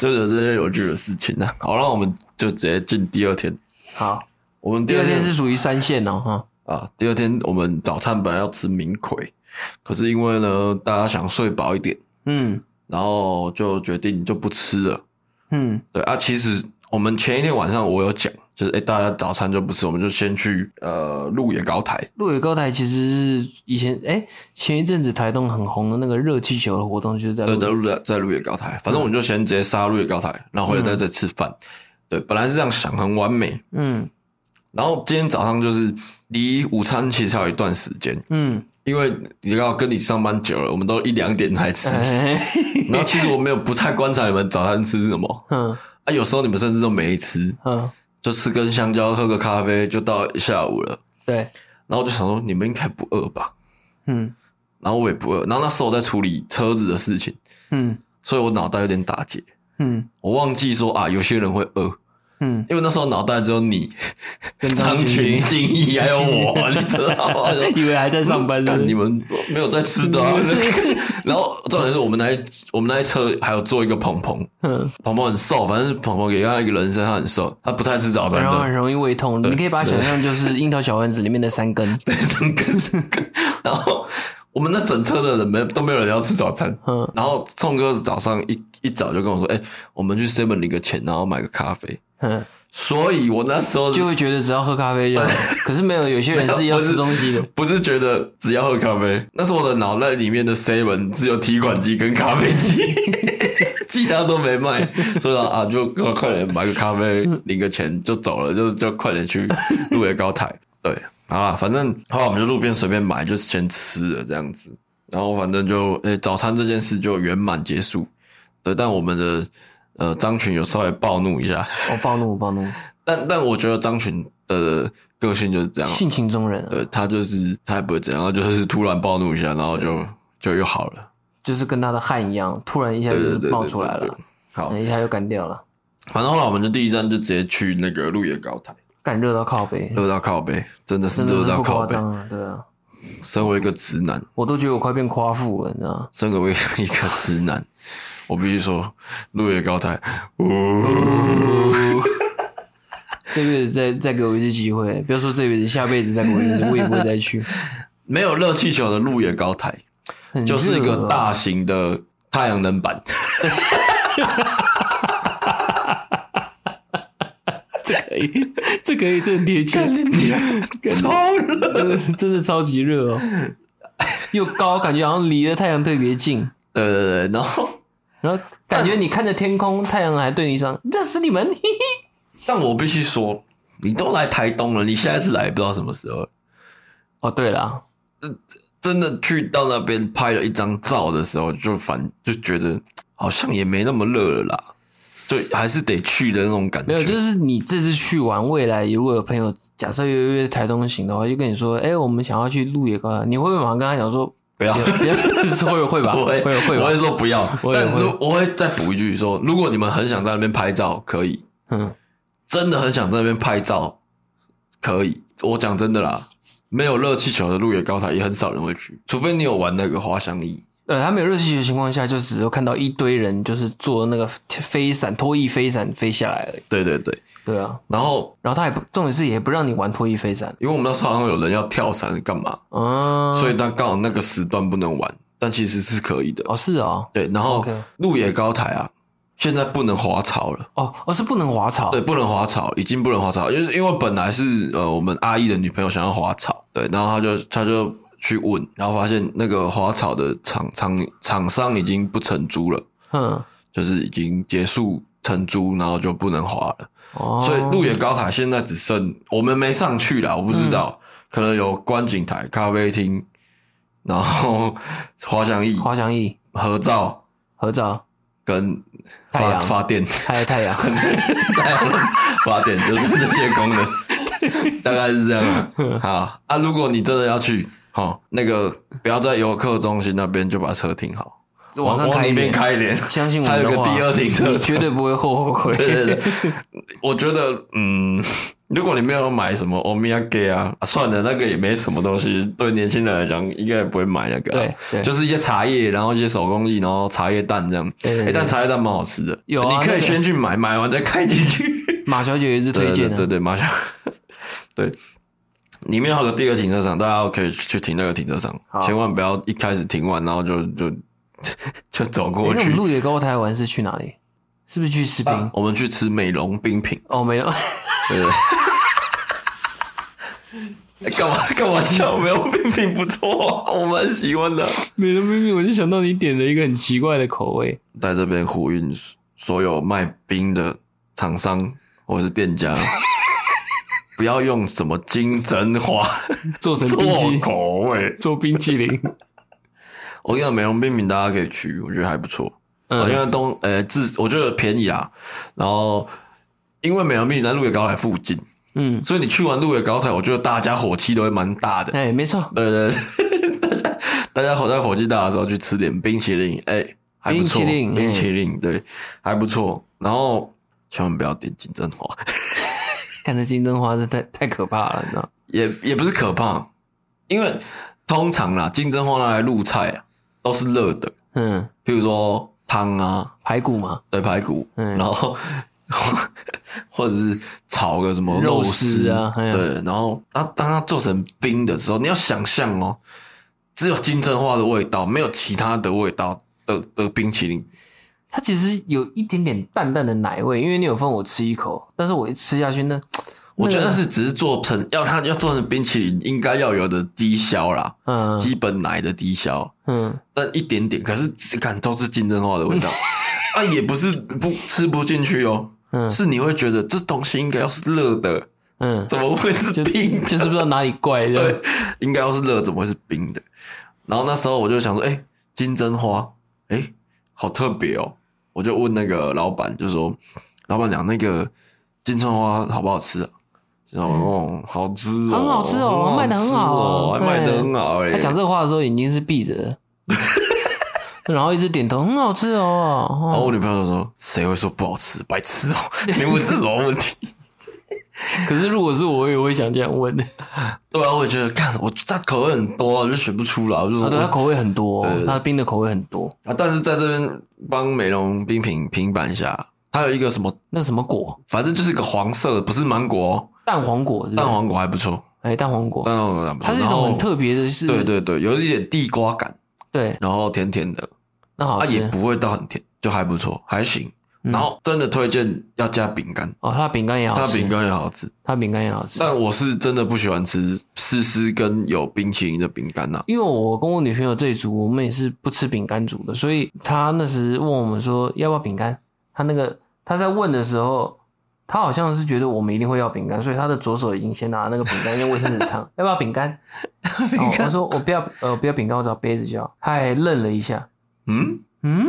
就有这些有趣的事情呢、 好，那我们就直接进第二天。好，我们第第二二天天是属于三线哦，哈，啊，第二天我们早餐本来要吃明奎，可是因为呢，大家想睡饱一点，嗯然后就决定就不吃了。嗯对啊，其实我们前一天晚上我有讲，就是哎、诶大家早餐就不吃，我们就先去呃鹿野高台。鹿野高台其实是以前哎、前一阵子台东很红的那个热气球的活动，就是在对，鹿在鹿野在呃鹿野高台，反正我们就先直接杀鹿野高台，然后回来再再吃饭。对，本来是这样想，很完美。嗯然后今天早上就是离午餐其实还有一段时间， 嗯，因为你要跟你上班久了，我们都一两点才 吃。哎然后其实我没有不太观察你们早餐吃什么嗯啊，有时候你们甚至都没吃，嗯，就吃根香蕉，喝个咖啡就到下午了。对，然后我就想说你们应该不饿吧，嗯然后我也不饿。然后那时候我在处理车子的事情，嗯所以我脑袋有点打结，嗯我忘记说啊，有些人会饿，嗯，因为那时候脑袋只有你、跟 张群群敬义还有我，你知道 吗？就以为还在上班是不干是你们没有在吃的、啊， 然后重点是我们那一我们那一车还有做一个鹏鹏，嗯，鹏鹏很瘦，反正鹏鹏给他一个人生，他很瘦，他不太吃早餐然后的，很容易胃痛，你可以把它想象 就是樱桃小丸子里面的三根，对，三根三根。 然后我们那整车的人没都没有人要吃早餐，嗯然后宋哥早上一一早就跟我说，哎、我们去 Seven 领个钱，然后买个咖啡。嗯，所以我那时候就就会觉得只要喝咖啡就好，可是没有，有些人是 要吃东西的，不是觉得只要喝咖啡，那是我的脑袋里面的 Seven 只有提款机跟咖啡机， 其他都没卖，所以说啊，就快快点买个咖啡，领个钱就走了，就就快点去路野高台。 对，好啦，反正后来我们就路边随便买，就是先吃了这样子，然后反正就诶、早餐这件事就圆满结束。对，但我们的呃张群有稍微暴怒一下，我暴怒，我暴怒，但但我觉得张群的个性就是这样，性情中人啊，对呃他就是他也不会怎样，他就是突然暴怒一下，然后就就又好了。就是跟他的汗一样，突然一下对对就对对，是爆出来对对了，嗯哎好，一下就干掉了，反正后来我们就第一站就直接去那个鹿野高台，干热到靠背，热到靠背，真的是嗯真的热是到不靠夸背。张啊，对啊，身为一个直男，我都觉得我快变夸父了，你知道吗？身为一个直男，我必须说鹿野高台，呜、这辈子再再给我一次机会，不要说这辈子，下辈子再给我一次，我也不会再 去。没有热气球的鹿野高台，很就是一热个啊大型的太阳能板。 这可以，这可以，这很贴切， 超热，真的超级热哦，又高，感觉好像离了太阳特别近，对对对，然后然后感觉你看着天空，太阳还对你说热死你们，嘿 嘿但我必须说，你都来台东了，你下一次来也不知道什么时候。哦，对了，真的去到那边拍了一张照的时候，就反就觉得好像也没那么热了啦，就还是得去的那种感觉。没有，就是你这次去玩，未来如果有朋友假设约约台东行的话，就跟你说，哎，我们想要去鹿野高原，你会不会马上跟他讲说，不要 不，要，不 要是会会吧，我会会会我会吧，说不要，我也但会如我会再补一句说，如果你们很想在那边拍照，可以，嗯，真的很想在那边拍照，可以。我讲真的啦，没有热气球的鹿野高台也很少人会去，除非你有玩那个滑翔翼。呃，他没有热气球的情况下，就只有看到一堆人就是坐那个飞伞，拖曳飞伞飞下来而已，对对对，对啊，然后然后他也不，重点是也不让你玩拖曳飞伞，因为我们那时候好像有人要跳伞干嘛，嗯，所以他刚好那个时段不能玩，但其实是可以的。哦是哦，对，然后 OK 鹿野高台啊，现在不能滑草了。哦哦是不能滑草，对，不能滑草，已经不能滑草，因为因为本来是呃我们阿姨的女朋友想要滑草，对，然后她就她就去问，然后发现那个滑草的厂厂厂商已经不承租了，嗯，就是已经结束承租，然后就不能滑了。哦，所以鹿野高台现在只剩我们没上去啦，我不知嗯道，可能有观景台、咖啡厅，然后 滑翔翼、滑翔翼合照合照跟太发阳发电。拍 太阳，太阳能发电就是这些功能，大概是这样啊。好啊，如果你真的要去，好，那个不要在游客中心那边就把车停好，往上开那一边点，开一点，相信我它们有的个 话，第二停车你场绝。对不会后悔。对对对，我觉得嗯，如果你没有买什么 Omega Gay 啊，啊算了，那个也没什么东西，对年轻人来讲应该也不会买那个啊、对对就是一些茶叶，然后一些手工艺，然后茶叶蛋这样。对对诶对但茶叶蛋蛮好吃的，有啊你可那以个先去买，买完再开进去。马小姐也是推荐对啊的、对对，马上 对。里面还有个第二停车场，大家可以去停那个停车场，好千万不要一开始停完，然后就就 就走诶过哎那我们去。啊鹿野高台玩是去哪里？是不是去士兵？我们去吃美容冰品，哦，没 有，对不对？ 干嘛干嘛笑？美容冰品不错、 啊，我蛮喜欢的。美容冰冰，我就想到你点了一个很奇怪的口味，在这边呼吁所有卖冰的厂商 或是店 家，不要用什么金针花做成做 冰淇淋，口味。做冰淇淋。我跟你讲，哦美容冰品大家可以去，我觉得还不错。嗯嗯，因为东呃自我觉得便宜啦，然后因为美容冰品在鹿野高台附近， 嗯，所以你去完鹿野高台，我觉得大家火气都会蛮大的。哎，没错，对对对， 大家大家火在火气大的时候去吃点冰淇淋，哎、还不错，冰淇淋嗯冰淇淋对还不错。然后千万不要点金针花，看这金针花是太太可怕了，你知道？也也不是可怕，因为通常啦，金针花拿来入菜啊都是热的，嗯，譬如说汤啊，排骨嘛，对排骨，嗯然后 或者是炒个什么肉丝丝啊哎呀对，然后它当它做成冰的时候，你要想象哦，只有金针花的味道，没有其他的味道的的冰淇淋，它其实有一点点淡淡的奶味，因为你有分我吃一口，但是我一吃下去那，我觉那得个是只是做成要它要做成冰淇淋应该要有的低消啦，嗯基本奶的低消，嗯，但一点点，可是只感都是金针花的味 道。啊，也不是不吃不进去哦，嗯是你会觉得这东西应该要是热的，嗯，怎么会是就 冰的？就是不知道哪里怪对的，，应该要是热，怎么会是冰的？然后那时候我就想说，哎、金针花，哎、好特别哦！我就问那个老板，就说，老板娘，那个金针花好不好吃啊？然后我说哦，好吃哦，嗯很好吃哦卖得很好哦哦还卖得很好哎、他讲这话的时候眼睛是闭着的， 然后一直点头，很好吃哦。哦然后我女朋友就说，谁会说不好吃？白痴 哦！你问这种问题？ 可是如果是我，我也会想这样问的。对啊，我也觉得，看我它口味很多，我就选不出来，我就啊，说对，它口味很多对对哦，对它的冰的口味很多。啊，但是在这边帮美容冰品平反一下，它有一个什么那什么果，反正就是一个黄色的，不是芒果、哦，蛋黄果是不是蛋，黄果还不错，哎，蛋黄果，蛋黄果还不错。它是一种很然后，特别的，是，对对对，有一点地瓜感，对，然后甜甜的，那好它、吃啊也不会到很甜，就还不错，还行。哦嗯然后真的推荐要加饼干，哦，它的饼干也好它吃，饼干也好吃，它饼干也好吃。但我是真的不喜欢吃丝丝跟有冰淇淋的饼干啊呐、因为我跟我女朋友这一组，我们也是不吃饼干组的，所以她那时问我们说要不要饼干，她那个她在问的时候，她好像是觉得我们一定会要饼干，所以她的左手已经先拿那个饼干用卫生纸唱 要不要饼干，然后我说我不要呃不要饼干，我找杯子就好，她还愣了一下，嗯，嗯，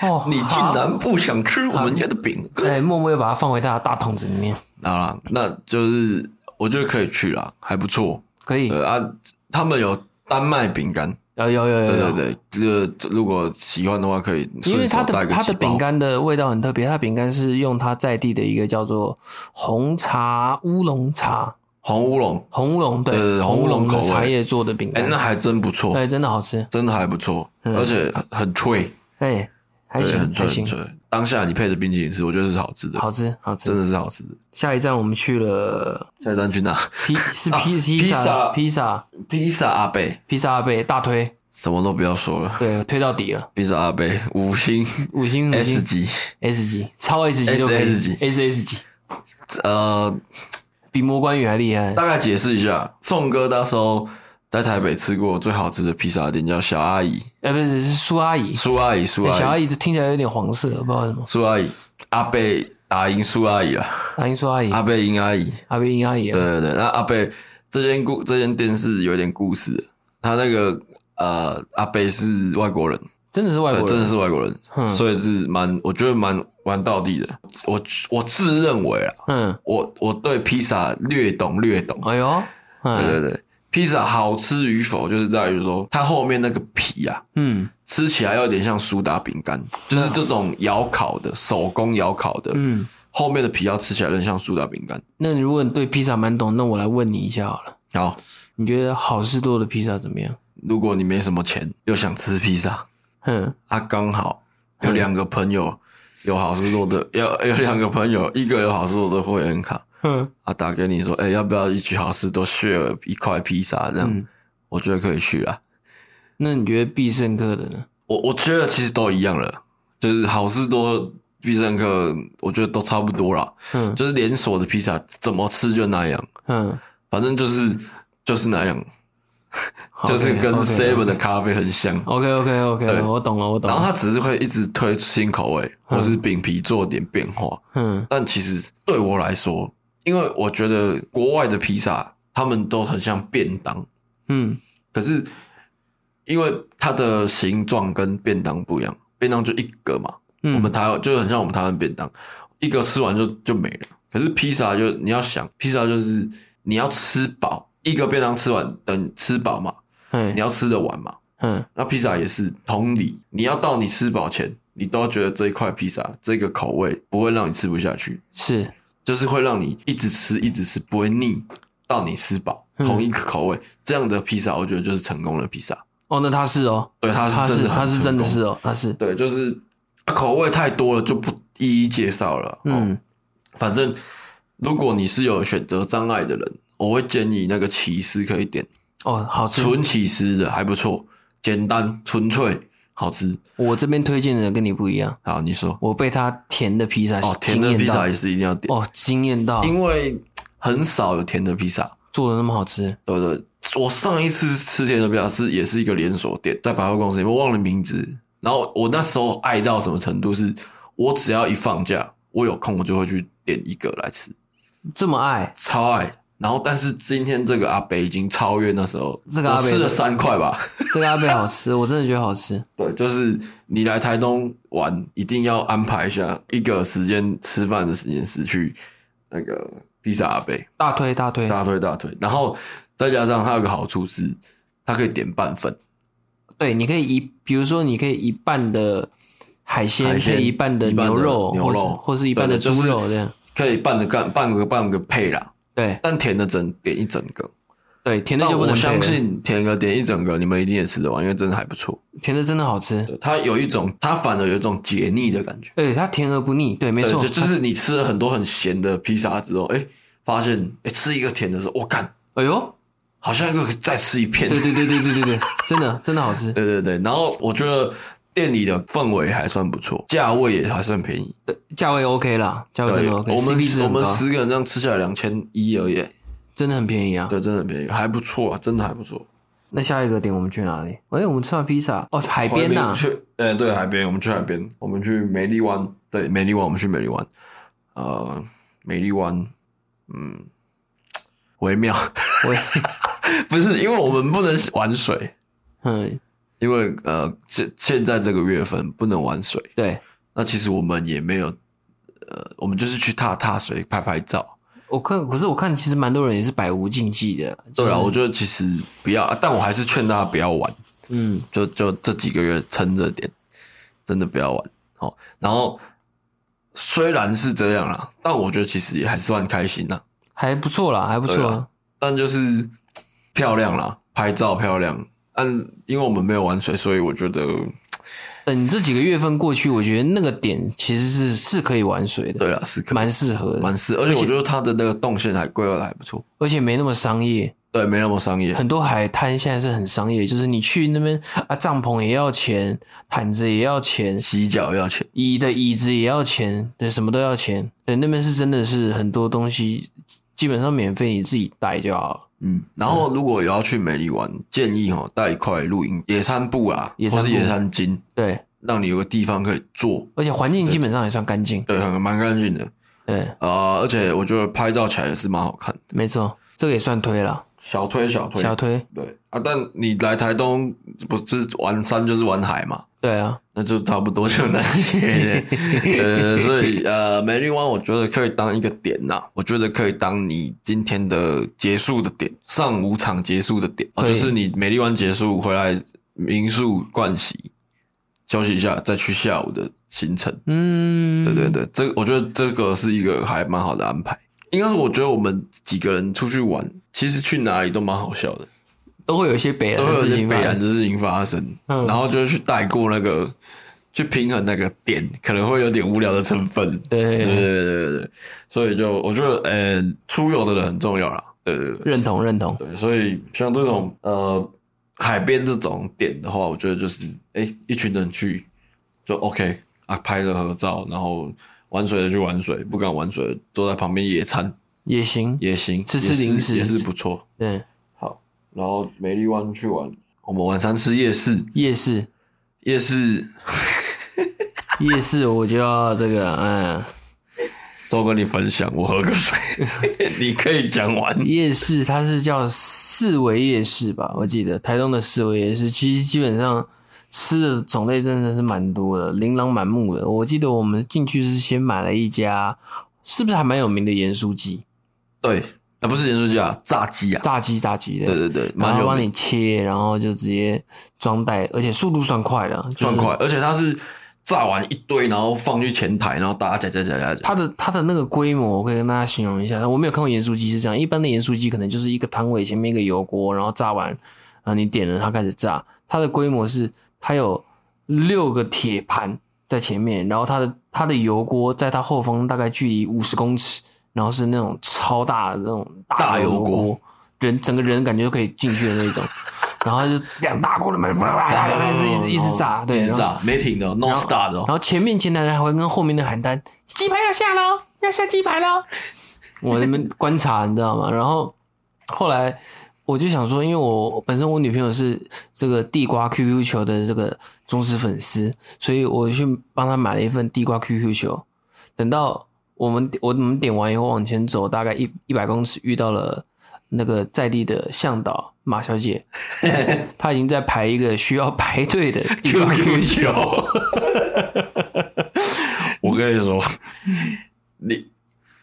哦， 你竟好然不想吃我们家的饼干？哎默默又把它放回她的大桶子里面，好啦，那就是我觉得可以去啦，还不错。可以，呃啊，他们有丹麦饼干。有有有有，呃对有对对，这如果喜欢的话，可以因为顺手它带的个它几的包饼，干的味道很特别，它的饼干是用它在地的一个叫做红茶乌龙茶，红乌龙，红乌龙对对对红乌龙红乌龙口的味茶叶做的饼哎、干，那还真不错，对真的好吃，真的还不错，嗯而且很很脆，哎还对，行很还脆行很，脆。当下你配着冰淇淋吃，我觉得是好吃的，好吃好真吃。的是好吃的。下一站我们去了下一站去哪？ 披是啊披披萨披萨披萨阿贝，披萨阿贝大推，什么都不要说了，对推到底了，披萨阿贝五星五星五 S 星级， S 级超 S 级都可以 SS 级 S S 级呃，比魔关羽还厉害，大概解释一下，宋哥那时候在台北吃过最好吃的披萨店叫小阿姨，哎不是是苏阿姨，苏阿姨，苏哎阿小阿姨，姨就听起来有点黄色，不知道为什么，苏阿姨，阿贝打赢苏阿姨了。打印苏阿姨阿贝英阿姨，阿贝英阿姨啊对，对对，那阿贝这间故这间店是有点故事的，他那个呃阿贝是外国人，真的是外国对，人，啊真的是外国人，嗯所以是蛮我觉得蛮蛮到地的。我我自认为啊，嗯，我我对披萨略懂略懂，哎呦，对嗯对对，披萨好吃与否就是在于说它后面那个皮啊。嗯吃起来有点像苏打饼干，就是这种窑烤的，手工窑烤的，嗯，后面的皮要吃起来有点像苏打饼干。那如果你对披萨蛮懂，那我来问你一下好了，好，你觉得好事多的披萨怎么样？如果你没什么钱又想吃披萨，哼，啊，刚好嗯有两个朋友有好事多的， 有有两个朋友，一个有好事多的会员卡，哼，啊，打给你说，哎、要不要一起好事多 share 一块披萨？这样，嗯我觉得可以去啊。那你觉得必胜客的呢？我我觉得其实都一样了，就是好事多、必胜客，我觉得都差不多啦。哼，就是连锁的披萨怎么吃就那样，哼，反正就是就是那样，好就是跟 OK，OK， Seven 的咖啡很像。 OK OK OK，, 对我懂了，我懂嗯然后了。它只是会一直推出新口味，或是饼皮做点变化。嗯但其实对我来说，因为我觉得国外的披萨他们都很像便当，嗯可是因为它的形状跟便当不一样，便当就一个嘛，嗯，我们台湾就很像我们台湾便当，一个吃完就就没了。可是披萨就你要想，披萨就是你要吃饱，一个便当吃完等吃饱嘛，哎你要吃得完嘛。嗯那披萨也是同理，你要到你吃饱前，你都要觉得这一块披萨这个口味不会让你吃不下去，是就是会让你一直吃一直吃不会腻，到你吃饱。嗯同一个口味这样的披萨，我觉得就是成功的披萨。哦，那他是哦，对，它他是真的很他是真的成功是哦，他是对，就是啊口味太多了就不一一介绍了。嗯、嗯反正如果你是有选择障碍的人，我会建议那个起司可以点哦，好吃。纯起司的还不错，简单纯粹，好吃。我这边推荐的跟你不一样，好，你说我被他甜的披萨哦，甜惊的艳披到萨也是一定要点，哦，惊艳到，因为很少有甜的披萨。做的那么好吃，对不对，我上一次吃甜的披萨是也是一个连锁店，在百货公司里面，我忘了名字。然后我那时候爱到什么程度是，我只要一放假，我有空我就会去点一个来吃。这么爱，超爱。然后，但是今天这个阿北已经超越那时候，这个阿我北吃了三块 吧。这个阿贝好吃，我真的觉得好吃。对，就是你来台东玩，一定要安排一下一个时间吃饭的时间是去那个披萨阿北，大推大推，大腿大腿。然后再加上它有个好处是，它可以点半份，对，你可以一，比如说你可以一半的海鲜海鲜配一半的一半的牛肉，牛或是肉或是一半的对就是猪肉这样。可以半的干半个半个配啦，对但甜的整点一整个。对，甜的就不但我能配了相信甜的点一整个，你们一定也吃得完，因为真的还不错。甜的真的好吃，对，它有一种，它反而有一种解腻的感觉。对，它甜而不腻，对，没对，错，就就是你吃了很多很咸的披萨之后，哎、发现哎、诶吃一个甜的时候，我干，哎呦，好像又可以再吃一片。对对对对对对对，真的真的好 吃。对对对然后我觉得店里的氛围还算不错，价位也还算便宜。价位 OK 啦，价位哦真对，的我 OK，们 CP 值我很高们，十个人这样吃下来两千一而已，真的很便宜啊。对，真的很便宜，还不错啊，真的还不错。那下一个点我们去哪里？哎、我们吃完披萨哦，海边呐、去，哎、对，海边，我们去海边，我们去美丽湾，对，美丽湾，我们去美丽湾，呃，美丽湾，嗯，微妙，我 不是因为我们不能玩水。嗯，因为呃，现现在这个月份不能玩水，对那其实我们也没有，呃，我们就是去踏踏水、拍拍照。我看，可是我看其实蛮多人也是百无禁忌的，就对是、啊，我觉得其实不要，但我还是劝大家不要玩，嗯就就这几个月撑着点，真的不要玩。好、然后虽然是这样啦，但我觉得其实也还算开心啦，还不错啦，还不错、对啊但就是漂亮啦，拍照漂亮。但因为我们没有玩水，所以我觉得等呃这几个月份过去，我觉得那个点其实是是可以玩水的，对啦，是可以蛮适合的蛮，是，而且我觉得它的那个动线还规划的还不错。而且没那么商业。对，没那么商业。很多海滩现在是很商业，就是你去那边啊，帐篷也要钱，毯子也要钱，洗脚要钱，椅的椅子也要钱，对，什么都要钱。对，那边是真的是很多东西基本上免费，你自己带就好了。嗯，然后如果有要去美丽玩，建议哦带一块露营野餐布啊，野餐或布是野餐巾，对，让你有个地方可以坐，而且环境基本上也算干净。对，很蛮干净的对，啊、呃而且我觉得拍照起来也是蛮好看的，没错，这个也算推了，小推小推，小推。对啊，但你来台东不是玩山就是玩海嘛，对啊，那就差不多就那些，呃，所以呃，美丽湾我觉得可以当一个点呐、我觉得可以当你今天的结束的点，上午场结束的点，哦、可以就是你美丽湾结束回来民宿盥洗，休息一下，再去下午的行程。嗯，对对对，这我觉得这个是一个还蛮好的安排。应该是我觉得我们几个人出去玩，其实去哪里都蛮好笑的，都会有一些北都兰会有的一事些情吧北然的事情发生，嗯然后就会去带过那个，去平衡那个点，可能会有点无聊的成分。对对对，对对对对，所以就我觉得，呃，出游的人很重要啦。对对对认同认同。对，所以像这种呃海边这种点的话，我觉得就是哎、诶一群人去就 OK 啊，拍了合照，然后玩水的去玩水，不敢玩水的坐在旁边野餐也行。也行，吃也吃是零食也是不错。对，好，然后美丽湾去玩，我们晚餐吃夜市，夜市，夜市夜市我就要这个，嗯，周跟你分享，我喝个水， 你可以讲 完。夜市它是叫四维夜市吧？我记得台东的四维夜市，其实基本上吃的种类真的是蛮多的，琳琅满目的。我记得我们进去是先买了一家，是不是还蛮有名的盐酥鸡？对，啊不是盐酥鸡啊，炸鸡啊，炸鸡炸鸡的，对对对，然蛮后有帮名你切，然后就直接装袋，而且速度算快了，就是算快，而且它是炸完一堆，然后放去前台，然后大家夹夹夹夹夹。它的它的那个规模，我可以跟大家形容一下。我没有看过盐酥鸡是这样，一般的盐酥鸡可能就是一个摊位前面一个油锅，然后炸完，啊，你点了它开始炸。它的规模是它有六个铁盘在前面，然后它的它的油锅在它后方大概距离五十公尺，然后是那种超大的那种大油油锅锅，人整个人感觉都可以进去的那种。然后它就两大锅里面，啪 啪啪啪啪，是一直一直炸，对，一直然后炸，没停的哦，non stop 的然哦。后前面前台人还会跟后面的喊单：“鸡排要下喽，要下鸡排喽。”我在那边观察，你知道吗？然后后来我就想说，因为我本身我女朋友是这个地瓜 QQ 球的这个忠实粉丝，所以我去帮她买了一份地瓜 QQ 球。等到我们我们点完以后往前走，大概一一百公尺遇到了。那个在地的向导马小姐，她已经在排一个需要排队的地瓜 QQ QQ 球，球，我跟你说，你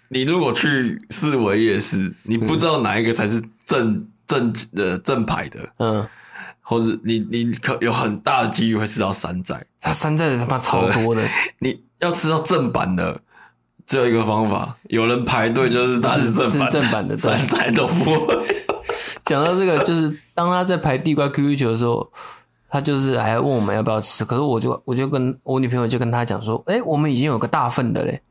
你如果去四维夜市，你不知道哪一个才是正正呃正牌的，嗯，或者你你可有很大的几率会吃到山寨。他山寨的他妈超多的，你要吃到正版的，只有一个方法，有人排队就是他是正版嗯是正版的对山寨都不会。讲到这个，就是当他在排地瓜 QQ 球的时候，他就是还问我们要不要吃，可是我就我就跟我女朋友就跟他讲说，哎、我们已经有个大份的嘞，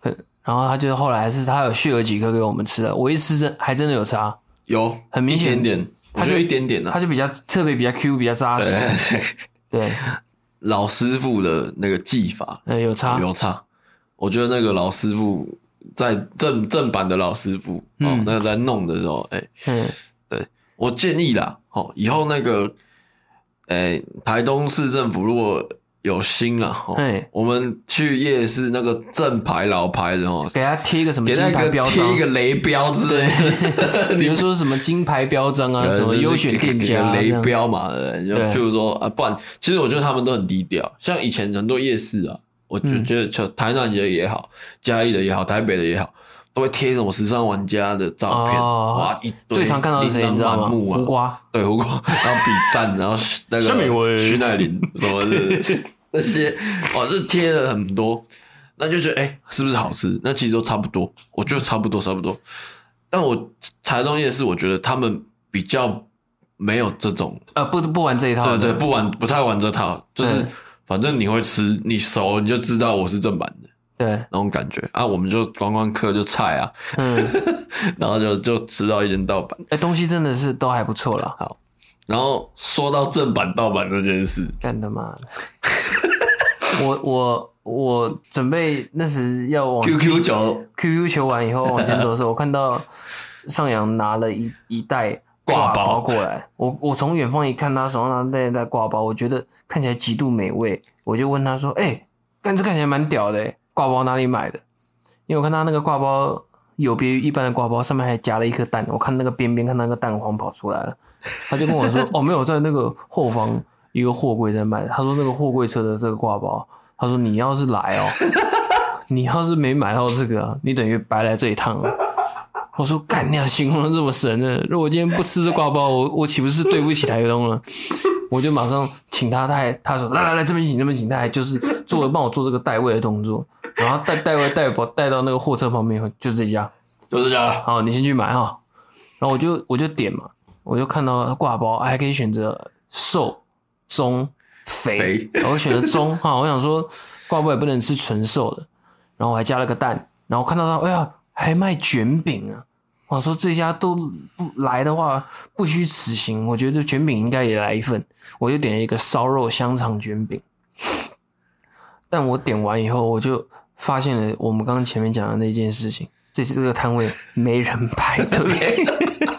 可然后他就后来是他有续了几颗给我们吃的，我一吃真还真的有差，有，很明显一点点，他他就就一点点他啊。就比较特别比较 Q 比较扎对实，对， 对对，老师傅的那个技法呃有差，有差，我觉得那个老师傅在正正版的老师傅哦嗯，那个在弄的时候，哎，嗯我建议啦，哦，以后那个，哎，台东市政府如果有心了，哦嘿，我们去夜市那个正牌老牌的哦，给他贴一个什么给金那牌个标贴一个章，雷标之类的，比如说什么金牌标章 啊，什么优选店给家啊个这雷样，标嘛，对就对譬如说啊，不然其实我觉得他们都很低调，像以前很多夜市啊，我就嗯觉得像台南的也好，嘉义的也好，台北的也好。都会贴什么时尚玩家的照片，哦哇，一堆最常看到是谁你知道吗？琳琅满目啊胡瓜。对，胡 瓜，然后比赞，然后那个申敏威徐乃 麟什么的那些，哦，这贴了很多，那就觉得哎、是不是好吃？那其实都差不多，我觉得差不多，差不多。但我台东夜市，我觉得他们比较没有这种，呃，不不玩这一套对的，对，不玩不太玩这套，就是嗯反正你会吃，你熟你就知道我是正版的对，那种感觉啊，我们就观光客就菜啊，嗯，然后就就吃到一间盗版。哎、东西真的是都还不错啦，然后说到正版盗版这件事，干他妈的！ 我我我准备那时要往 QQ 九 QQ 球完以 后往前走的时候，我看到上扬拿了一一袋挂包包过来，我我从远方一看，他手上拿那一袋挂包，我觉得看起来极度美味，我就问他说：“哎、干这看起来蛮屌的、欸，挂包哪里买的？”因为我看他那个挂包有别于一般的挂包，上面还夹了一颗蛋，我看那个边边看那个蛋黄跑出来了，他就跟 我说：“哦，没有，在那个后方一个货柜在卖。”他说：“那个货柜车的这个挂包，他说你要是来哦。”你要是没买到这个啊，你等于白来这一趟了。 我说干，你俩形容的这么神呢？如果今天不吃这挂包，我我岂不是对不起台东了？ 我就马上请他，他还他说来来来这边请那边请，他还就是做帮我做这个带位的动作，然后带带位带把带到那个货车旁边以后，就这家，就是这样。啊好，你先去买哈。然后我就我就点嘛，我就看到挂包还可以选择瘦、中、肥，肥然后我选择中 哈。我想说挂包也不能吃纯瘦的，然后我还加了个蛋，然后看到他，哎呀，还卖卷饼啊！我说这家都不来的话不虚此行，我觉得卷饼应该也来一份，我就点了一个烧肉香肠卷饼。但我点完以后，我就发现了我们刚刚前面讲的那件事情，这这个摊位没人排队。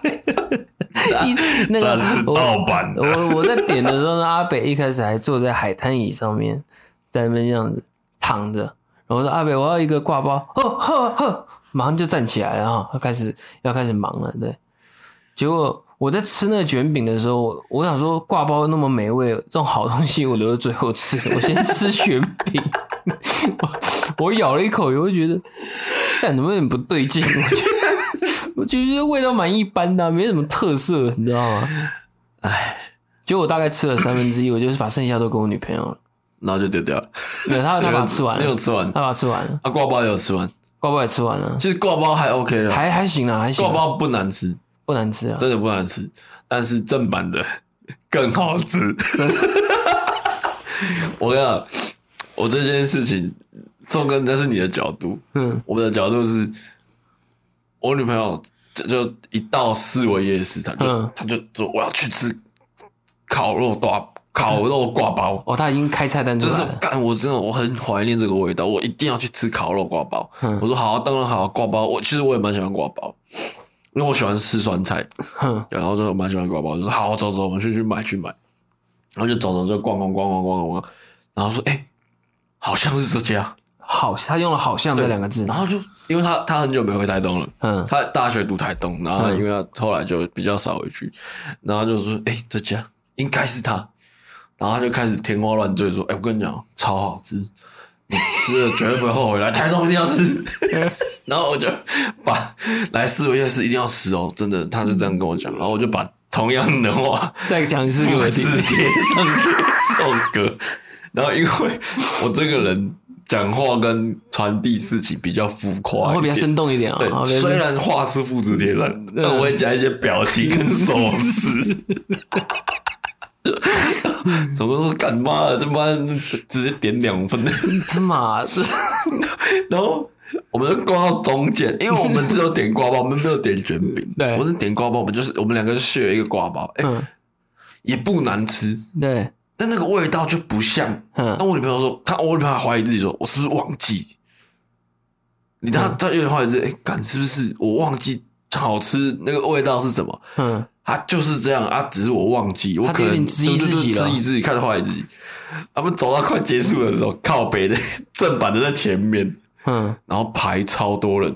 一 那 个那是我盗版的我我在点的时候呢，阿北一开始还坐在海滩椅上面， 在那边这样子躺着。然后我说阿北，我要一个挂包， 呵呵呵，马上就站起来了哈，要开始要开始忙了，对。结果我在吃那个卷饼的时候，我我想说挂包那么美味，这种好东西我留到最后吃， 我先吃卷饼。 我我咬了一口以后，我就觉得，但怎么有点不对劲？ 我觉得我觉得味道蛮一般的啊、没什么特色，你知道吗？唉，结果我大概吃了三分之一，我就是把剩下都给我女朋友了。然后就丢掉了。没有，她她把它吃完没有了，吃完她。把它吃完了，啊，挂包也有吃完，挂包也吃完了，其实挂包还 OK 了，还还行啊，还行挂啊，包不难吃，不难吃啊。真的不难吃，但是正版的 更好吃。 我跟你讲，我这件事情，宋哥，那是你的角度，嗯，我的角度是，我女朋友就就一到四维夜市，她就、嗯她就说我要去吃烤肉大烤肉挂包，哦，她已经开菜单出就是来了。干，我真的我很怀念这个味道，我一定要去吃烤肉挂包。嗯我说好、啊，当然好、啊，挂包。我其实我也蛮喜欢挂包，因为我喜欢吃酸菜，哼，然后就蛮喜欢挂包。我就说好、啊走走，我们去去买去买。然后就走走就逛逛逛逛逛逛逛，然后说哎、好像是这家。好，她用了“好像”这两个字然。后就因为他他很久没回台东了，嗯，他大学读台东，然后嗯因为他后来就比较少回去，然后就说：“哎、这家应该是他。”然后他就开始天花乱坠说：“哎、我跟你讲，超好吃，你吃了绝对不会后悔，来台东一定要 吃。”然后我就把来四维夜市一定要吃哦，真的，他就这样跟我讲，然后我就把同样的话再讲一 次给我听。字贴上给宋哥。然后因为我这个人讲话跟传递事情比较浮夸一点，会比较生动一点啊。好对，比较虽生然话是复制贴上，嗯但我会加一些表情跟手势。 怎么说干妈的，他妈的直接点两分， 他妈 的，然后我们就挂到中间，因为我们只有点挂包，我们没有点卷饼。对我们是点挂包，我们就是我们两个就 share 一个挂包，哎、嗯，也不难吃，对，但那个味道就不像。那嗯，我女朋友说，她我女朋友还怀疑自己说，我是不是忘记？你她嗯她有点怀疑是，哎、干是不是我忘记好吃那个味道是什么？嗯，他就是这样啊，只是我忘记，我他可有能点质疑就是自己了质疑自己，看坏自己。他们走到快结束的时候，靠北的 正版的在前面，嗯，然后排超多人，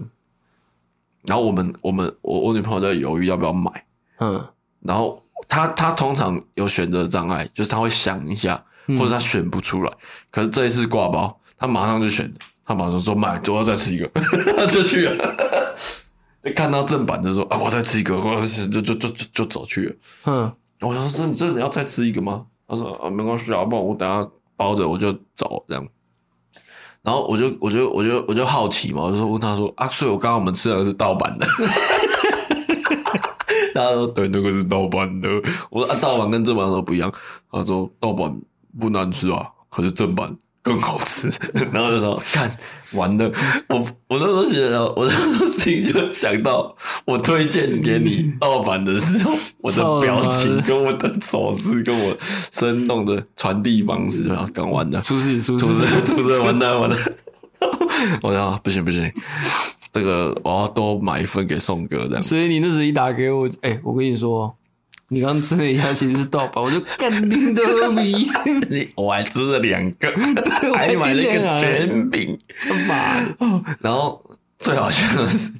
然后我们我们我我女朋友在犹豫要不要买，嗯，然后她她通常有选择障碍，就是她会想一下，或者她选不出来。可是这一次挂包，她马上就选，她马上说买，我要再吃一个， 她就去了。 就看到正版的时候啊，我要再吃一个，我要再吃就就就就就走去了。嗯，我想说，你真的要再吃一个吗？他说啊，没关系啊，不然我等下包着我就走这样。然后我就我就我就我就好奇嘛，我就说问他说啊，所以我刚刚我们吃的是盗版的。 他说对，那个是盗版的。我说啊，盗版跟正版有什么不一样？他说盗版不难吃啊，可是正版更好吃。 然后就说看完了，我我那时候觉得，我那时候心里就想到，我推荐给你盗版的时候，我的表情跟我的手势跟我生动的传递方式，然啊后刚完了。出事，出出事，事出事，完蛋完蛋！我想不行不行，这个我要多买一份给宋哥这样。所以你那时一打给我，哎、我跟你说，你刚吃了一下，其实是盗版，我就干你的迷， 你我还吃了两个，我 还还买了一订了个啊卷饼。 他妈的，哦然后最好笑的是，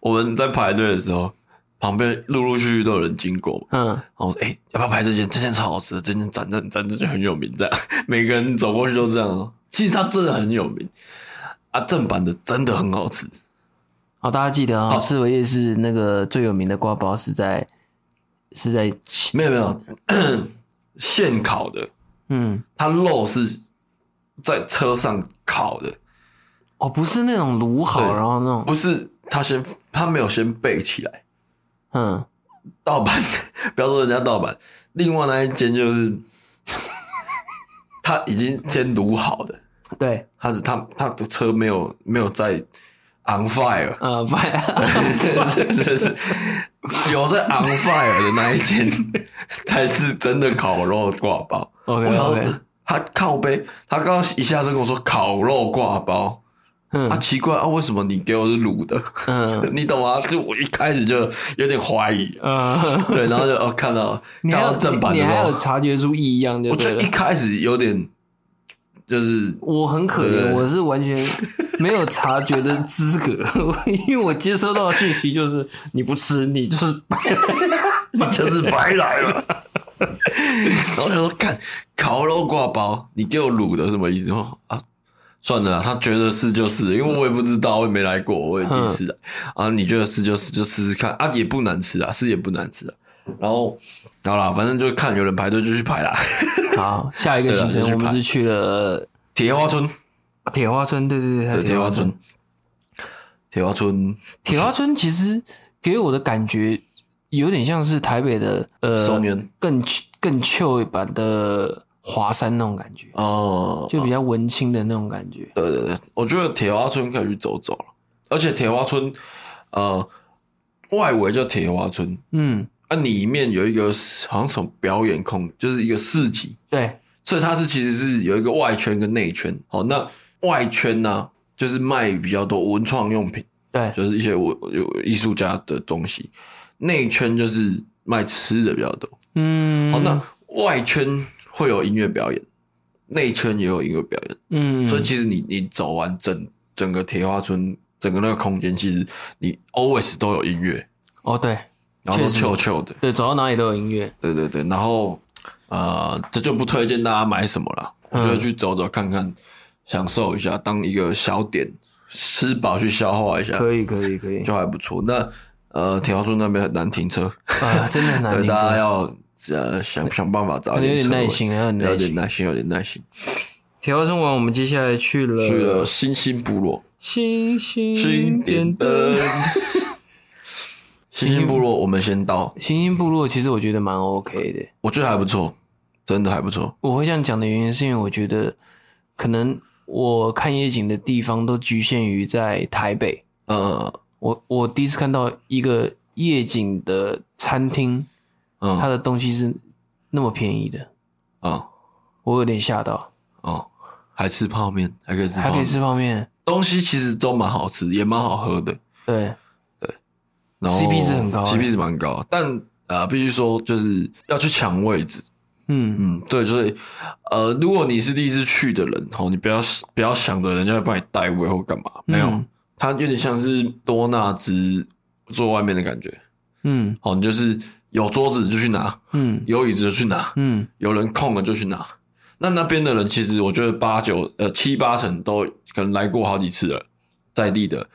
我们在排队的时候，旁边陆陆续续都有人经过嘛。嗯，然后我说：“哎、要不要排这间？这间超好吃的，这间展展展这就很有名。”这样， 每个人走过去都这样哦。其实它真的很有名啊，正版的真的很好吃。好，大家记得啊、四维夜市那个最有名的瓜包是在是在没有没有， 现烤的，嗯，它肉是在车上烤的，哦，不是那种卤好，对然后那种，不是他先他没有先备起来。嗯，盗版， 不要说人家盗版，另外那一间就是 他已经先卤好的，对，他的他他的车没有没有在 on fire，呃，不然， 就是 有在 on fire 的那一间才是真的烤肉挂包。 OK 然后 OK，他靠背，他刚刚一下子跟我说烤肉挂包，啊嗯奇怪啊，为什么你给我是卤的？ 嗯你懂吗？就我一开始就有点怀疑，嗯，对，然后就哦看到你看还到有正版你的你时还候有，察觉出异样就我觉对得一了。开始有点就是我很可对对怜，对我是完全没有察觉的资格， 因为我接收到的讯息就是你不吃，你 就是白来。 你就是白来了。 然后他说：“看烤肉挂包，你给我卤的什么意思？”哦啊，算了啦，他觉得是就是，因为我也不知道，我也没来过，我也第一次来啊。你觉得是就是，就试试看啊，也不难吃啊，是也不难吃啊。然后好啦，反正就看有人排队就去排啦。好，下一个对啊行就程去我们排是去了铁花村，铁花村，对对对，还有对铁花村，铁花村铁花村其实给我的感觉有点像是台北的呃松烟更 ch- 更 chill 版的华山那种感觉，哦，就比较文青的那种感觉。对对对，我觉得铁花村可以去走走了，而且铁花村，呃，外围叫铁花村，嗯，啊，里面有一个好像什么表演空，就是一个市集，对，所以它是其实是有一个外圈跟内圈。好，那外圈呢、就是卖比较多文创用品，对，就是一些我有艺术家的东西；内圈就是卖吃的比较多。嗯，好，那外圈会有音乐表演，内圈也有音乐表演。嗯，所以其实你你走完整整个铁花村，整个那个空间，其实你 always 都有音乐，哦对然后都确实 chill chill 的，对，走到哪里都有音乐。对对对。然后呃，这就不推荐大家买什么了，我觉得嗯去走走看看，享受一下，当一个小点，吃饱去消化一下，可以可以可以，啊就还不错。那呃，铁花村那边很难停车，啊，真的很难对理大家解，要呃想想办法找有一点点车位耐，心，要很有耐点心。耐心，有点耐心。铁花村完，我们接下来去了去了新兴部落。星星新点点灯灯。。新兴部落，我们先到， 星星部落其实我觉得蛮 OK 的，我觉得还不错，真的还不错。我会这样讲的原因，是因为我觉得可能我看夜景的地方都局限于在台北。呃，我我第一次看到一个夜景的餐厅，嗯，它啊、的东西是那么便宜的，哦我有点吓到。哦，还吃泡面，还可以吃还泡可以面，吃泡面，东西其实都蛮好吃，也蛮好喝的。对，然后 CP 值很高欸，CP 值蛮高，但呃，必须说就是要去抢位置。嗯，嗯，对，所以呃，如果你是第一次去的人，哦，你不要不要想着人家会帮你带位或干嘛，没有嗯，它有点像是多纳兹坐外面的感觉。嗯哦，你就是有桌子就去拿，嗯有椅子就去拿，嗯，有人空了就去拿。那那边的人其实我觉得八九呃七八成都可能来过好几次了，在地的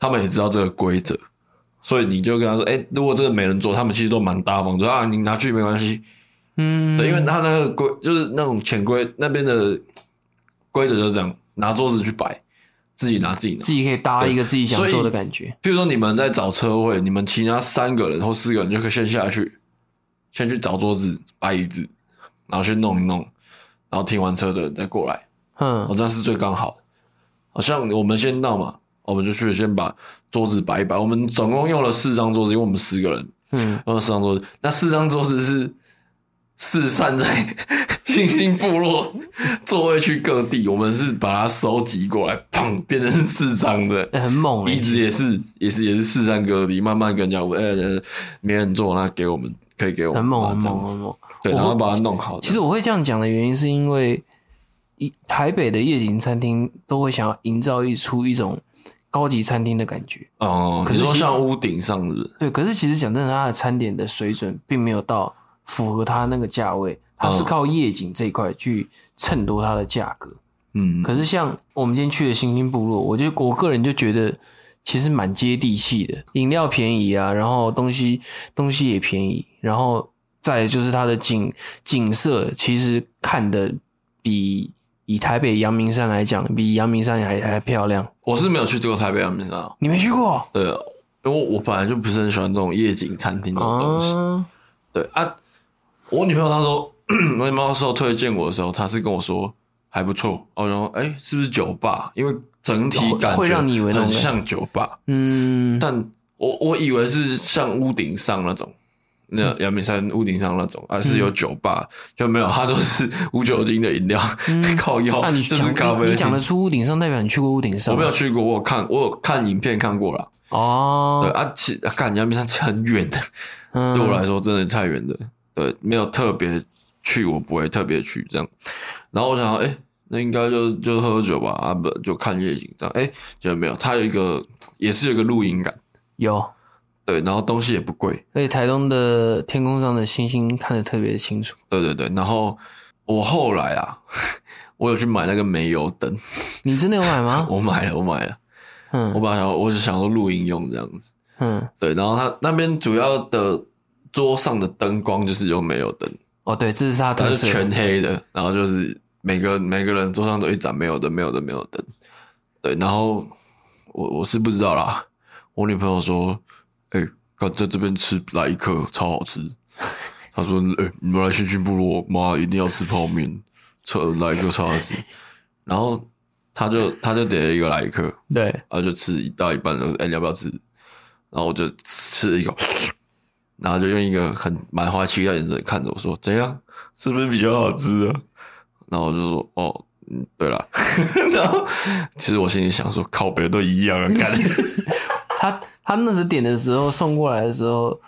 他们也知道这个规则，所以你就跟他说，哎、如果真的没人做，他们其实都蛮大方，说啊你拿去没关系，嗯，对，因为他那个规就是那种潜规那边的规则就是这样，拿桌子去摆，自己拿自己拿自。己可以搭一个自己想所以做的感觉，譬如说你们在找车位，你们其他三个人或四个人就可以先下去，先去找桌子、摆椅子，然后先弄一弄，然后停完车的人再过来，哦，嗯这样是最刚好的。好像我们先到嘛，我们就去先把桌子摆一摆。我们总共用了四张桌子，因为我们十个人嗯，用了四张桌子，那四张桌子是四散在 新兴部落座位区各地，我们是把它收集过来，砰，变成是四张的。欸很猛欸，一直其也实是也是也是四散各地，慢慢跟人家问，呃、没人做，那给我们可以给我们欸啊很猛哦很这样猛子很猛。对，我然后会把它弄好。其实我会这样讲的原因，是因为一台北的夜景餐厅都会想要营造一出一种高级餐厅的感觉。哦，可可是是说其实像屋顶上是不是？对，可是其实讲真的，它的餐点的水准并没有到符合它那个价位，它是嗯靠夜景这一块去衬托它的价格。嗯，可是像我们今天去的星星部落，我就我个人就觉得其实蛮接地气的，饮料便宜啊，然后东西东西也便宜，然后再来就是它的景景色，其实看的比以台北阳明山来讲，比阳明山还还漂亮。我是没有去过台北阳明山啊，你没去过？对，因为我本来就不是很喜欢这种夜景餐厅这种东西。啊，对啊，我女朋友她说，我女朋友那时候 推荐我的时候，她是跟我说还不错哦，然后哎、是不是酒吧？因为整体会感觉会让你以为那种很感觉像酒吧，嗯，但我我以为是像屋顶上那种。那阳明山屋顶上那种，啊是有嗯酒吧，就没有，它都是 无酒精的饮料，靠药，啊，你哦就是讲咖啡你你讲得出屋顶上，代表你去过屋顶上我吗？没有去过，我有看我有看影片看过啦。对哦，啊，其啊干阳明山其实很远的，嗯对我来说真的太远了。对，没有特别去，我不会特别去这样。然后我想，哎、那应该就就喝酒吧，啊不就看夜景这样。哎、觉得没有，它有一个也是有一个露营感，有，对，然后东西也不贵，而且台东的天空上的星星看得特别清楚。对对对。然后我后来啊，我有去买那个煤油灯，你真的有买吗？我买了，我买了，我嗯本来想我就想说露营用这样子。嗯，对，然后它那边主要的桌上的灯光就是有煤油灯，哦对，这是它的它特是色。全黑的，然后就是每个每个人桌上都一盏没有的、没有的、没有灯。对，然后我我是不知道啦，我女朋友说，哎、刚在这边吃来一克，超好吃。她说，哎、你们来新训部落，妈一定要吃泡面，超来一克超好吃。然后她就她就点了一个来一克，对，然后就吃一到一半，然后哎、你要不要吃？然后我就吃了一口，然后就用一个很满怀期待的眼神看着我说：“怎样？是不是比较好吃啊？”然后我就说：“哦，嗯，对了。” 然后其实我心里想说：“靠北都一样啊，干。 他他那时点的时候送过来的时候，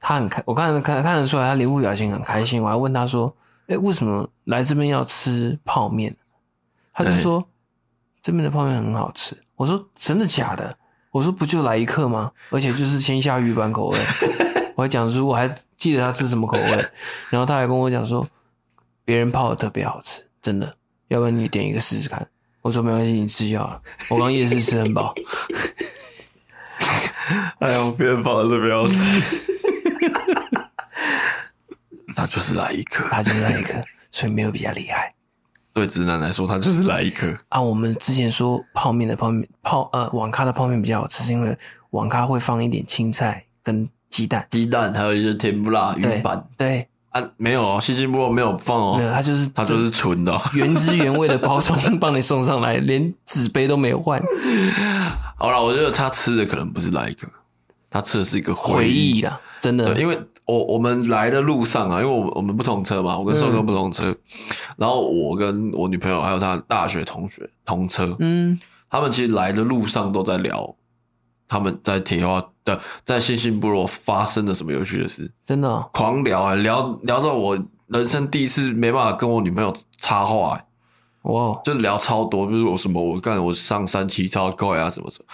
他很开，我看看看得出来他脸部表情很开心。我还问他说：“哎、为什么来这边要吃泡面？”他就说：“这边的泡面很好吃。”我说：“真的假的？”我说：“不就来一克吗？而且就是鲜虾鱼板口味。”我还讲出我还记得他吃什么口味，然后他还跟我讲说，别人泡的特别好吃，真的，要不然你点一个试试看。我说没关系，你吃就好了。我刚夜市吃很饱。哎呦，别人放的是不要吃。 他就是来一颗，他就是那一颗，所以没有比较厉害对直男来说，他就是来一颗。啊。我们之前说泡面的泡面泡呃网咖的泡面比较好吃，是因为网咖会放一点青菜跟鸡蛋。鸡蛋还有一些甜不辣对鱼板对，啊，没有哦，西京部落没有放没有，哦，它就是它就是纯的哦、原汁原味的包装 帮你送上来，连纸杯都没有换，好了，我觉得他吃的可能不是来一个，他吃的是一个回回忆。忆啦，真对，的。因为我我们来的路上啊，因为我们我们不同车嘛，我嗯跟瘦哥不同车，然后我跟我女朋友还有她大学同学同车，嗯，他们其实来的路上都在聊他们在铁花的在新兴部落发生了什么有趣的事，真的哦、狂聊啊、聊聊到我人生第一次没办法跟我女朋友插话、欸，哇哦，就聊超多，就是我什么我干我上山骑超快啊什么什么，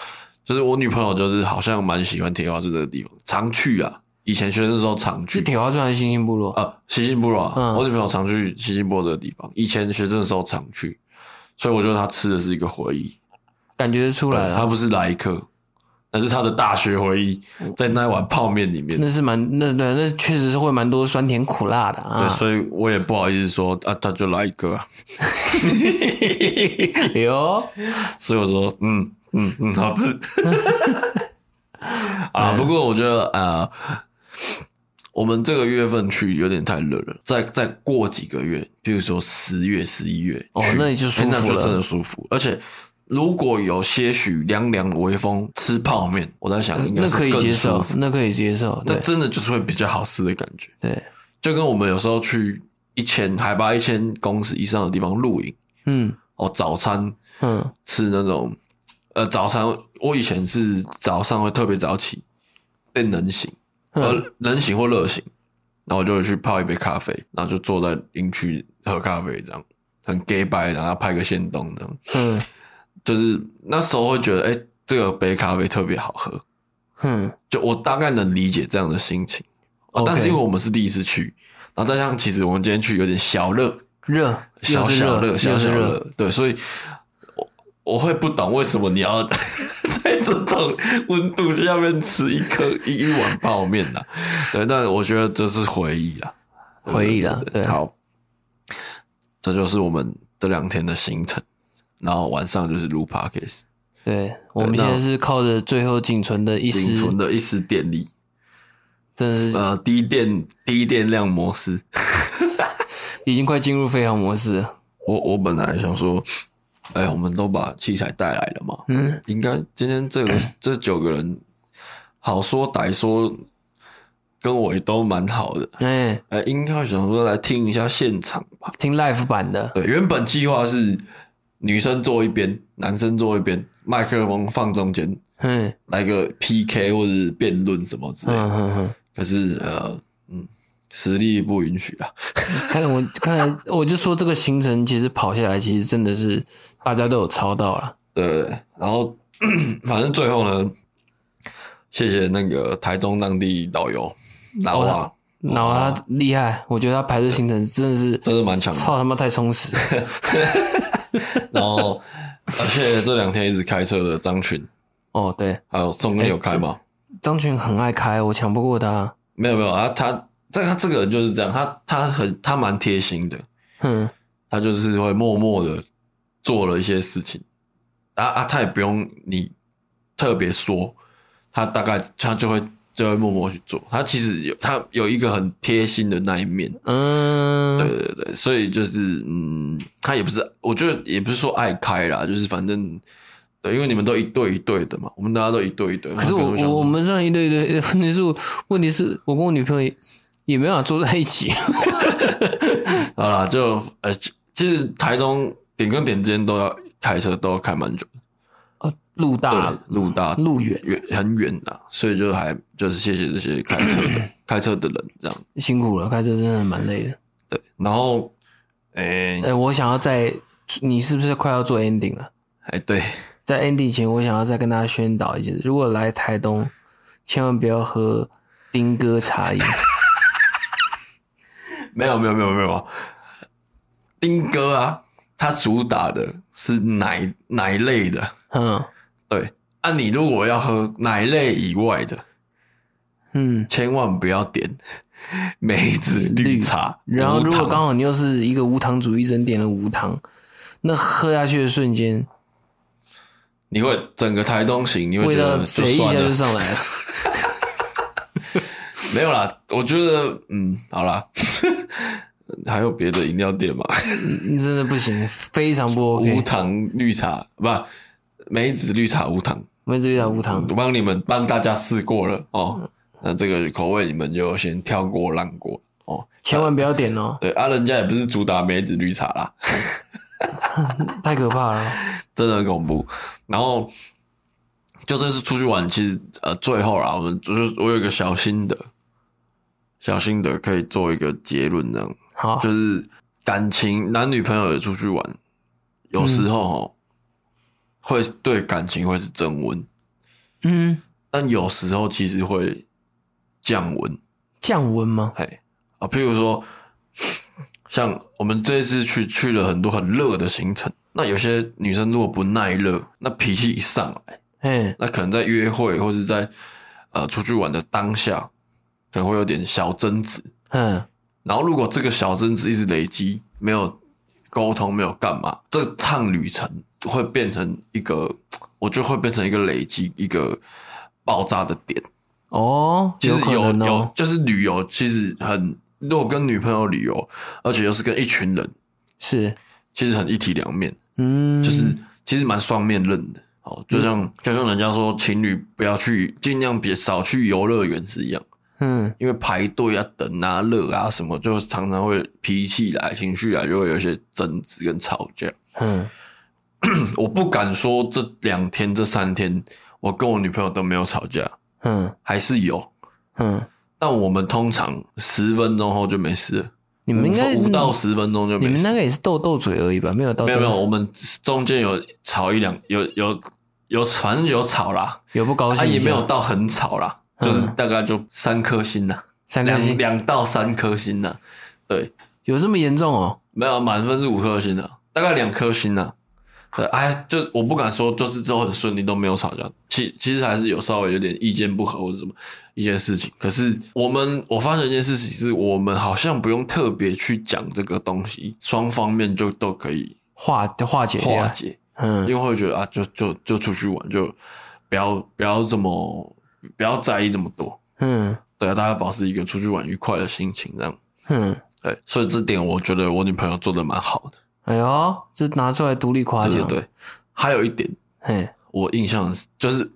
就是我女朋友就是好像蛮喜欢铁花村这个地方，常去啊，以前学生的时候常是去铁花村还是星星部落？啊，西进部落、啊，嗯我女朋友常去西进部落这个地方，以前学生的时候常去，所以我觉得她吃的是一个回忆，感觉出来她了，不是来客，那是她的大学回忆，在那碗泡面里面。那是蛮那那那确实是会蛮多酸甜苦辣的对，啊。所以我也不好意思说啊，她就来一个、啊，哎有，所以我说，嗯嗯嗯，好 吃。哎啊，不过我觉得啊、呃我们这个月份去有点太热了，再再过几个月，比如说十月、十一月去，哦那你就舒服了哎那就真的舒服。而且如果有些许凉凉的微风，吃泡面，我在想应该呃那是可以更接舒受嗯服，那可以接受，那对真的就是会比较好吃的感觉。对，就跟我们有时候去一千海拔一千公尺以上的地方露营，嗯哦，早餐嗯。吃那种呃早餐，我以前是早上会特别早起，变冷醒，嗯呃冷醒或热醒，然后我就会去泡一杯咖啡，然后就坐在营区喝咖啡，这样很 gay 白，然后拍个线动，这样嗯就是那时候会觉得，哎、这个杯咖啡特别好喝，哼，就我大概能理解这样的心情，啊 OK 但是因为我们是第一次去，然后再加上其实我们今天去有点小热，热，小又是小热，热，小又是小热，热，对，所以我我会不懂为什么你要 在在这种温度下面吃一颗一一碗泡面啦。对，但我觉得这是回忆啦，回忆啦对对对对好，这就是我们这两天的行程，然后晚上就是录 podcast，对，我们现在是靠着最后仅存的一丝仅，存的一丝电力，真的是呃，低电低电量模式。已经快进入飞航模式了。我我本来想说，哎，我们都把器材带来了嘛，嗯，应该今天这 个这九个人，好说歹说，跟我也都蛮好的。哎、哎，应该想说来听一下现场吧。听 live 版的，对，原本计划是女生坐一边，男生坐一边，麦克风放中间，嗯来个 PK 或者辩论什么之类的。嗯嗯嗯，可是呃，嗯，实力不允许啊。看来我看来我就说这个行程其实跑下来，其实真的是大家都有抄到了。对对对，然后反正最后呢，谢谢那个台中当地导游老王，然后他厉害，我觉得他排的行程真的是真的蛮强的。操他妈太充实了。然后而且这两天一直开车的张群，哦，对，还有宋哥有开吗？张群很爱开，我抢不过他。没有没有，他他这他这个人就是这样，他他很他蛮贴心的，哼，他就是会默默的做了一些事情，啊啊，他也不用你特别说，他大概他就会就会默默去做。他其实有他有一个很贴心的那一面，对嗯，对对，所以就是嗯，他也不是，我觉得也不是说爱开啦，就是反正对，因为你们都一对一对的嘛，我们大家都一对一对。可是我他不用我我们这样一对一对， 问题是问题是我跟我女朋友也也没办法坐在一起。 想好啦，就呃，其其实台东点跟点之间都要开车都要开蛮久的，哦，路大对，路大路远，远很远的，所以就还就是谢谢这些开车 的开车的人这样。辛苦了，开车真的蛮累的。对，然后诶哎、我想要在你是不是快要做 ending 了？哎对，在 ending 前，我想要再跟大家宣导一件：如果来台东，千万不要喝丁哥茶饮。没有没有没有没有，丁哥啊，他主打的是奶奶类的。嗯对，啊，你如果要喝奶类以外的，嗯，千万不要点梅子绿茶。然后如果无糖刚好你又是一个无糖主义者，你点了无糖，那喝下去的瞬间，你会整个台东行，你会味觉道得就贼一算下了就，上来了。 没有啦。我觉得，嗯，好啦， 还有别的饮料店吗？你真的不行，非常不无 OK。糖绿茶不，梅子绿茶无糖，梅子绿茶无糖我，帮你们帮大家试过了哦。那这个口味你们就先跳过浪过哦。千万不要点哦，对啊，人家也不是主打梅子绿茶啦。太可怕了。真的很恐怖。然后就这次出去玩，其实呃，最后啦，我们就是我有一个小心得，小心得可以做一个结论，这样好，就是感情，男女朋友也出去玩，有时候哦、会对感情会是增温，嗯，但有时候其实会降温。降温吗？嘿啊，譬如说，像我们这一次去去了很多很热的行程，那有些女生如果不耐热，那脾气一上啊来，哎，那可能在约会或是在呃出去玩的当下，可能会有点小争执。嗯，然后如果这个小争执一直累积，没有沟通，没有干嘛，这趟旅程就会变成一个，我就会变成一个累积一个爆炸的点。哦，其实可有能有哦，就是旅游，其实很如果跟女朋友旅游，而且又是跟一群人，是，其实很一体两面，嗯，就是其实蛮双面刃的。哦，就像、就像人家说情侣不要去，尽量别少去游乐园是一样，嗯，因为排队啊、等啊、热啊什么，就常常会脾气来、情绪啊来，就会有一些争执跟吵架。 嗯我不敢说这两天、这三天，我跟我女朋友都没有吵架，嗯还是有，嗯，但我们通常十分钟后就没事了。你们应该五到十分钟就你没们事。那个也是斗斗嘴而已吧？没有到没有没真有，的我们中间有吵一两，有有有，反正有吵啦，有不高啊兴一也下，没有到很吵啦，嗯就是大概就三颗星呐，三颗两星，两到三颗星呐，对，有这么严重哦？没有满分是五颗星的，大概两颗星呐，对，哎，就我不敢说，就是都很顺利，都没有吵架。其其实还是有稍微有点意见不合或者什么一件事情。可是我们我发现一件事情是，我们好像不用特别去讲这个东西，双方面就都可以化化解掉化解，嗯，因为会觉得啊，就就就出去玩，就不要不要这么不要在意这么多。嗯对啊，大家保持一个出去玩愉快的心情，这样。嗯，对，所以这点我觉得我女朋友做的蛮好的。哎呦，这拿出来独立夸对奖，对对，还有一点嘿，我印象就是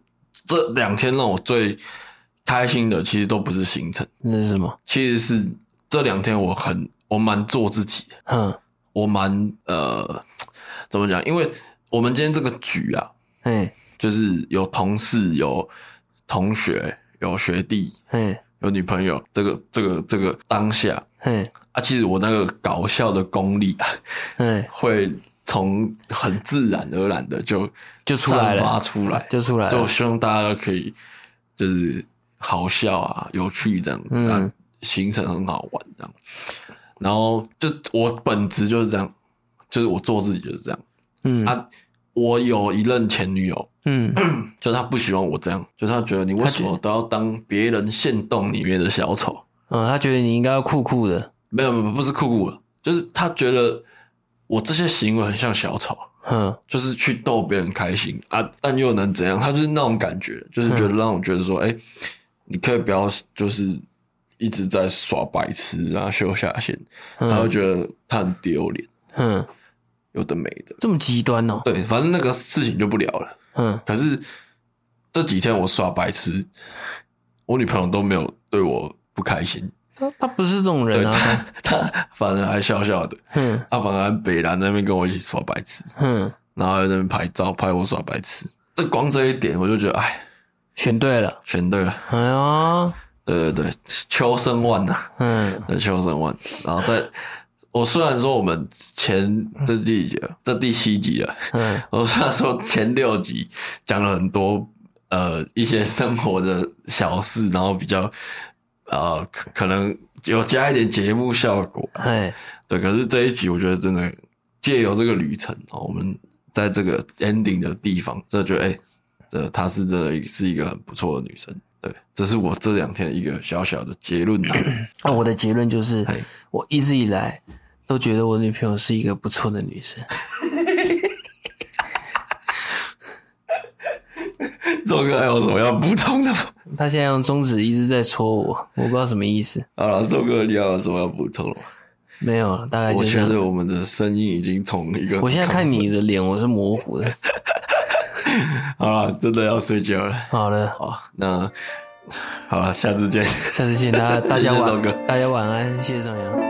这两天让我最开心的，其实都不是行程，那是什么？其实是这两天我很我蛮做自己的，哼，我蛮呃怎么讲？因为我们今天这个局啊，嘿，就是有同事、有同学、有学弟、嘿，有女朋友，这个这个这个当下嘿，啊，其实我那个搞笑的功力啊，嘿，会从很自然而然的就就出来了散发出来，就出来就了，希望大家都可以就是好笑啊、有趣这样子，嗯啊，行程很好玩这样。然后就我本职就是这样，就是我做自己就是这样。嗯啊，我有一任前女友，嗯，就是她不喜欢我这样，就是她觉得你为什么都要当别人线洞里面的小丑？嗯，他觉得你应该要酷酷的，没有，没有，不是酷酷了，就是她觉得我这些行为很像小丑。哼，就是去逗别人开心啊，但又能怎样？他就是那种感觉，就是觉得让我觉得说，哎、你可以不要就是一直在耍白痴啊，秀下限，嗯他会觉得他很丢脸，哼，有的没的。这么极端哦，对，反正那个事情就不聊了。哼，可是这几天我耍白痴，我女朋友都没有对我不开心， 他他不是这种人啊，她反而还笑笑的，哼她反而北兰那边跟我一起耍白痴，哼，然后在那边拍照拍我耍白痴。这光这一点我就觉得，哎。选对了，选对了，哎呀，对对对，秋生万呐、啊，嗯对秋生万。然后在，我虽然说我们前这第几集了，这第七集了，嗯我虽然说前六集讲了很多呃一些生活的小事，然后比较呃可可能有加一点节目效果，嘿，对。可是这一集我觉得真的借由这个旅程哦，我们在这个 ending 的地方，真的觉得哎、这她是真的是一个很不错的女生。对，这是我这两天一个小小的结论 啊。那哦我的结论就是嘿，我一直以来都觉得我女朋友是一个不错的女生，周哥还有什么要补充的吗？她现在用中指一直在戳我，我不知道什么意思。好了，周哥，你还有什么要补充的吗？没有了，大概就我这觉样。得我们的声音已经从一个……哎我现在看你的脸，我是模糊的。好了，真的要睡觉了。好了，好，那好了，下次见。 下次见，大家大家谢谢赵哥 晚，大家晚安，谢谢张扬。